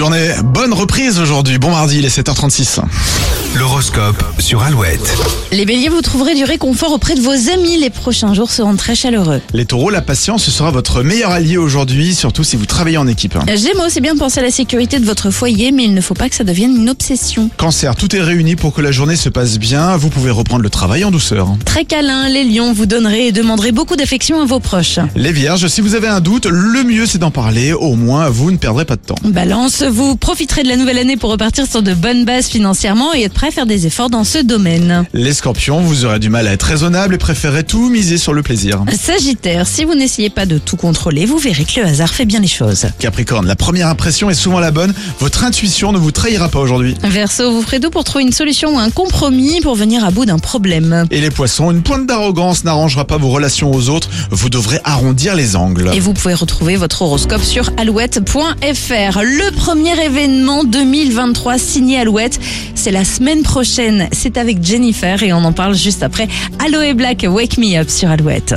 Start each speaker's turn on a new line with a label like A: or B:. A: journée. Bonne reprise aujourd'hui. Bon mardi, il est 7h36.
B: L'horoscope sur Alouette.
C: Les béliers, vous trouverez du réconfort auprès de vos amis. Les prochains jours seront très chaleureux.
A: Les taureaux, la patience ce sera votre meilleur allié aujourd'hui, surtout si vous travaillez en équipe.
C: Gémeaux, c'est bien de penser à la sécurité de votre foyer, mais il ne faut pas que ça devienne une obsession.
A: Cancer, tout est réuni pour que la journée se passe bien. Vous pouvez reprendre le travail en douceur.
C: Très câlin, les lions, vous donnerez et demanderez beaucoup d'affection à vos proches.
A: Les vierges, si vous avez un doute, le mieux c'est d'en parler. Au moins, vous ne perdrez pas de temps.
C: Balance, vous profiterez de la nouvelle année pour repartir sur de bonnes bases financièrement et être prêt à faire des efforts dans ce domaine.
A: Les scorpions, vous aurez du mal à être raisonnable et préférez tout miser sur le plaisir.
C: Sagittaire, si vous n'essayez pas de tout contrôler, vous verrez que le hasard fait bien les choses.
A: Capricorne, la première impression est souvent la bonne. Votre intuition ne vous trahira pas aujourd'hui.
C: Verseau, vous ferez tout pour trouver une solution ou un compromis pour venir à bout d'un problème.
A: Et les poissons, une pointe d'arrogance n'arrangera pas vos relations aux autres. Vous devrez arrondir les angles.
C: Et vous pouvez retrouver votre horoscope sur alouette.fr. Le premier événement 2023 signé Alouette, c'est la semaine prochaine. C'est avec Jennifer et on en parle juste après. Aloe Black, Wake Me Up sur Alouette.